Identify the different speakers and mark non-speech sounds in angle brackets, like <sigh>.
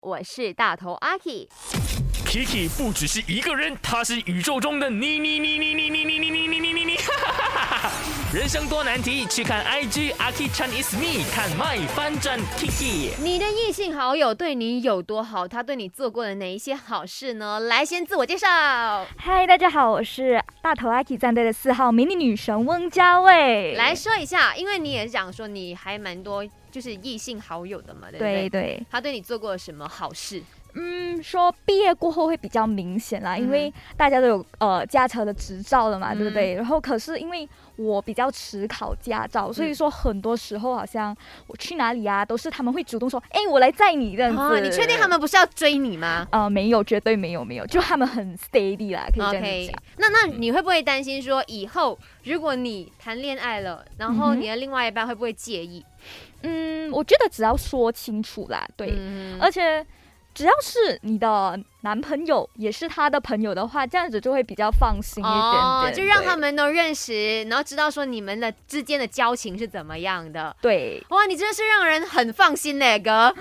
Speaker 1: 我是大头阿 K。
Speaker 2: Kiki 不只是一个人，他是宇宙中的你你你你你你你你你你你你。 <laughs> 人生多难题，去看 IG Aki Chan is me，看 my 翻转 Kiki。
Speaker 1: 你的异性好友对你有多好？他对你做过的哪一些好事呢？来，先自我介绍。
Speaker 3: 嗨，大家好，我是大头阿 K 战队的四号迷你女神翁佳慧。
Speaker 1: 来，说一下，因为你也讲说你还蛮多就是异性好友的嘛，对不对？
Speaker 3: 对对，
Speaker 1: 他对你做过什么好事？
Speaker 3: 嗯，说毕业过后会比较明显
Speaker 1: 嗯
Speaker 3: 啦，因为大家都有呃驾车的执照了嘛，对不对？然后可是因为我比较迟考驾
Speaker 1: 嗯
Speaker 3: 照，所以说很多时候好像我去哪里啊，都是他们会主动说，哎，我来载你这样子。
Speaker 1: 哦，你确定他？们不是要追你吗
Speaker 3: 呃，没有，绝对没有，没有，就他们很 steady 啦，可以这样子
Speaker 1: ？OK，
Speaker 3: 讲。
Speaker 1: 那那
Speaker 3: 嗯
Speaker 1: 你会不会担心说以后如果你谈恋爱了，然后
Speaker 3: 嗯哼
Speaker 1: 你的另外一半会不会介意？
Speaker 3: 嗯，我觉得只要说清楚啦，对，
Speaker 1: 嗯
Speaker 3: 而且只要是你的男朋友也是他的朋友的话，这样子就会比较放心一点点，
Speaker 1: 哦，就让
Speaker 3: 对
Speaker 1: 他们都认识，然后知道说你们的之间的交情是怎么样的。
Speaker 3: 对。
Speaker 1: 哇，你真的是让人很放心嘞，哥。